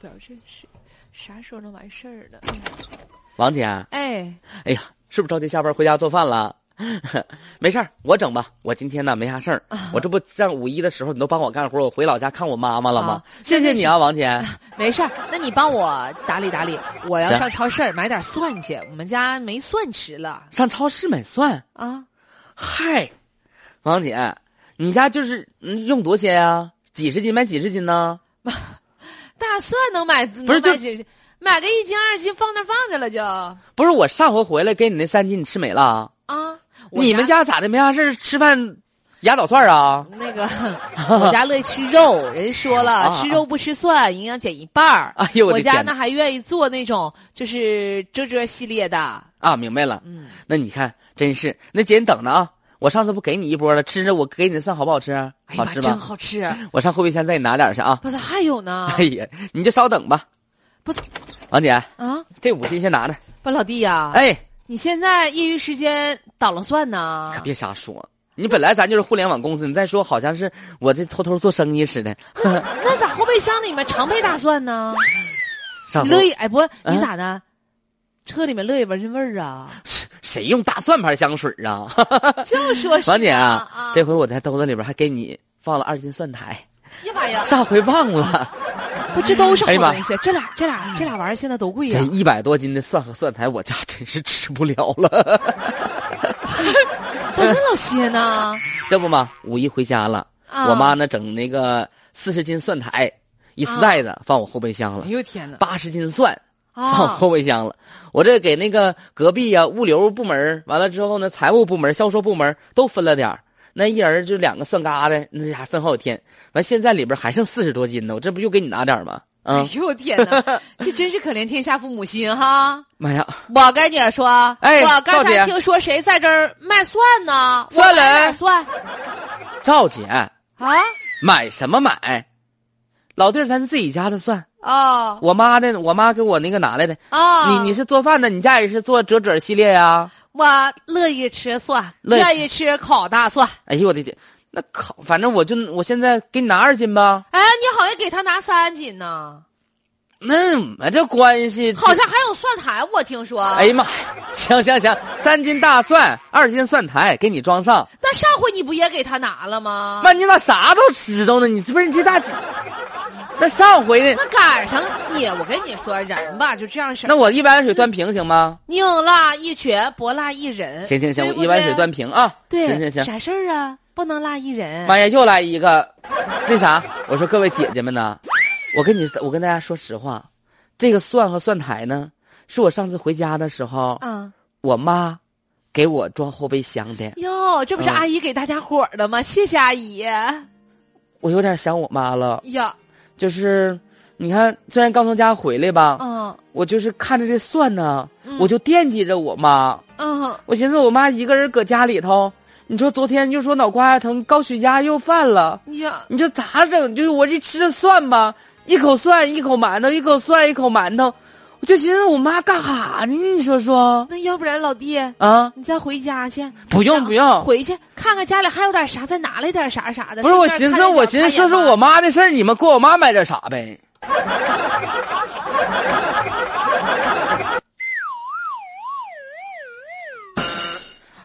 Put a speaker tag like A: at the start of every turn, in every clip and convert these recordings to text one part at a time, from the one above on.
A: 表真是，啥时候能完事儿呢？
B: 王姐，
A: 哎，
B: 哎呀，是不是着急下班回家做饭了？ 没事儿，我整吧。我今天呢没啥事儿，我这不上五一的时候你都帮我干活，我回老家看我妈妈了吗？
A: 啊
B: 谢谢你啊，王姐。
A: 没事儿，那你帮我打理打理，我要
B: 行
A: 上超市儿买点蒜去，我们家没蒜吃了
B: 上超市买蒜，
A: 啊。
B: 嗨，王姐，你家就是嗯用多些呀、几十斤买几十斤呢？
A: 大蒜能买不
B: 不是就啊
A: 买个一斤二斤放那儿放着了就
B: 不是我上回回来给你那三斤，你吃没了？
A: 啊。我
B: 你们家咋的没啥事儿吃饭压倒蒜儿啊？
A: 那个，我家乐意吃肉，人说了
B: 啊
A: 吃肉不吃蒜，营养减一半儿。
B: 哎呦我的
A: 我家
B: 天
A: 呢
B: 哪！
A: 还愿意做那种就是遮遮系列的，
B: 啊，明白了。
A: 嗯，
B: 那你看，真是那姐，你等着啊！我上次不给你一波了，吃着我给你的蒜好不好吃啊？
A: 哎
B: 好
A: 呀妈，
B: 吃
A: 真
B: 吧？
A: 好吃！
B: 我上后备箱再给你拿点儿去啊！
A: 不是还有呢？
B: 哎呀，你就稍等吧。
A: 不，
B: 王姐，
A: 啊，
B: 这五斤先拿着。
A: 不老弟呀、
B: 哎，
A: 你现在业余时间捣了蒜呢？
B: 别瞎说，你本来咱就是互联网公司，你再说好像是我这偷偷做生意似的。
A: 那咋后备箱里面常备大蒜呢？
B: 上
A: 你
B: 回
A: 乐意哎不，你
B: 嗯
A: 咋的？车里面乐意闻着味儿 啊？
B: 谁谁用大蒜牌香水啊？
A: 就说 是
B: 王姐啊，
A: 啊
B: 这回我在兜子里边还给你放了二斤蒜苔，
A: 一把哎呀，
B: 上回忘了。
A: 不，这都是好
B: 哎呀妈
A: 东西。这俩这俩这俩玩意儿现在都贵
B: 这
A: 哎呀。
B: 一百多斤的蒜和蒜苔，我家真是吃不了了。
A: 咋那老些呢？
B: 这不嘛，五一回家了，
A: 啊
B: 我妈呢整那个四十斤蒜苔，一
A: 啊
B: 丝袋子放我后备箱了
A: 哎，呦天哪！
B: 八十、斤蒜放我
A: 啊，
B: 后备箱了。我这给那个隔壁呀、物流部门儿，完了之后呢，财务部门儿、销售部门儿都分了点儿。那一人儿就两个蒜疙瘩，那家分好几天。完，现在里边还剩四十多斤呢，我这不又给你拿点儿吗？啊、
A: 哎呦天 哪！这真是可怜天下父母心哈！
B: 妈呀！
A: 我跟你说，
B: 哎
A: 我刚
B: 赵姐
A: 才听说谁在这儿卖蒜呢？我
B: 蒜
A: 买点
B: 嘞
A: 蒜
B: 赵姐，
A: 啊
B: 买什么买？老弟儿，咱自己家的蒜。
A: 啊
B: 我妈的，我妈给我那个拿来的。
A: 啊！
B: 你你是做饭的，你家也是做折褶系列呀、
A: 我乐意吃蒜，
B: 乐
A: 乐
B: 意
A: 意吃烤大蒜。
B: 哎呦我的天，那靠，反正我就我现在给你拿二斤吧。
A: 哎，你好像给他拿三斤呢，
B: 那我这关系，
A: 好像还有蒜苔，我听说。
B: 哎呀妈呀！行行行，三斤大蒜，二斤蒜苔，给你装上。
A: 那上回你不也给他拿了吗？
B: 妈，你咋啥都知道呢？你这不是你这大姐？那上回呢？
A: 那赶上你，我跟你说，人吧就这样式儿
B: 那，我一碗水端平行吗？
A: 宁辣一绝，不辣一人。
B: 行行行，
A: 呃对不
B: 我一碗水
A: 对
B: 端平啊。
A: 对，
B: 行行行。
A: 啥事儿啊？不能落一人。
B: 妈呀，又来一个，那啥，我说各位姐姐们呢，我跟你我跟大家说实话，这个蒜和蒜苔呢，是我上次回家的时候，
A: 啊
B: 我妈给我装后备箱的。
A: 哟，这不是
B: 嗯
A: 阿姨给大家伙儿的吗？谢谢阿姨。
B: 我有点想我妈了，
A: 呀，
B: 就是你看，虽然刚从家回来吧，
A: 嗯
B: 我就是看着这蒜呢，
A: 嗯
B: 我就惦记着我妈。
A: 嗯，
B: 我寻思我妈一个人搁家里头，你说昨天又说脑瓜疼，高血压又犯了。
A: 呀，
B: 你说咋整？就是我这吃的蒜吧，一口蒜一口馒头，一口蒜一口馒头，我就寻思我妈干哈呢？你说说
A: 那要不然老弟，
B: 啊？
A: 你再回家去。啊
B: 不用不用，
A: 回去看看家里还有点啥，再拿来点啥啥的。
B: 不是我
A: 顺
B: 寻
A: 便
B: 思，
A: 看一
B: 我
A: 小
B: 寻思
A: 看
B: 说
A: 一
B: 说
A: 眼
B: 我
A: 吧。
B: 妈的事儿，你们给我妈买点啥呗？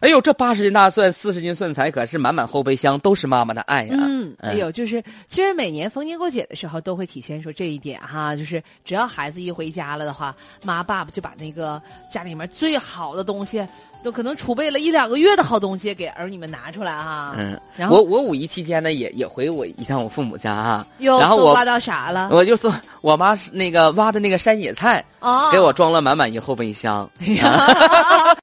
B: 哎呦，这八十斤大蒜，四十斤蒜苔，可是满满后备箱都是妈妈的爱呀、
A: 嗯，哎呦，就是其实每年逢年过节的时候都会体现出这一点哈，就是只要孩子一回家了的话，妈爸爸就把那个家里面最好的东西，就可能储备了一两个月的好东西给儿女们拿出来哈。
B: 嗯，
A: 然
B: 我
A: 后
B: 我五一期间呢，也也回我一趟我父母家啊，
A: 又
B: 然后
A: 搜
B: 我
A: 刮到啥了？
B: 呃我就送我妈是那个挖的那个山野菜，
A: 啊，
B: 给我装了满满一后备箱。
A: 哎呀。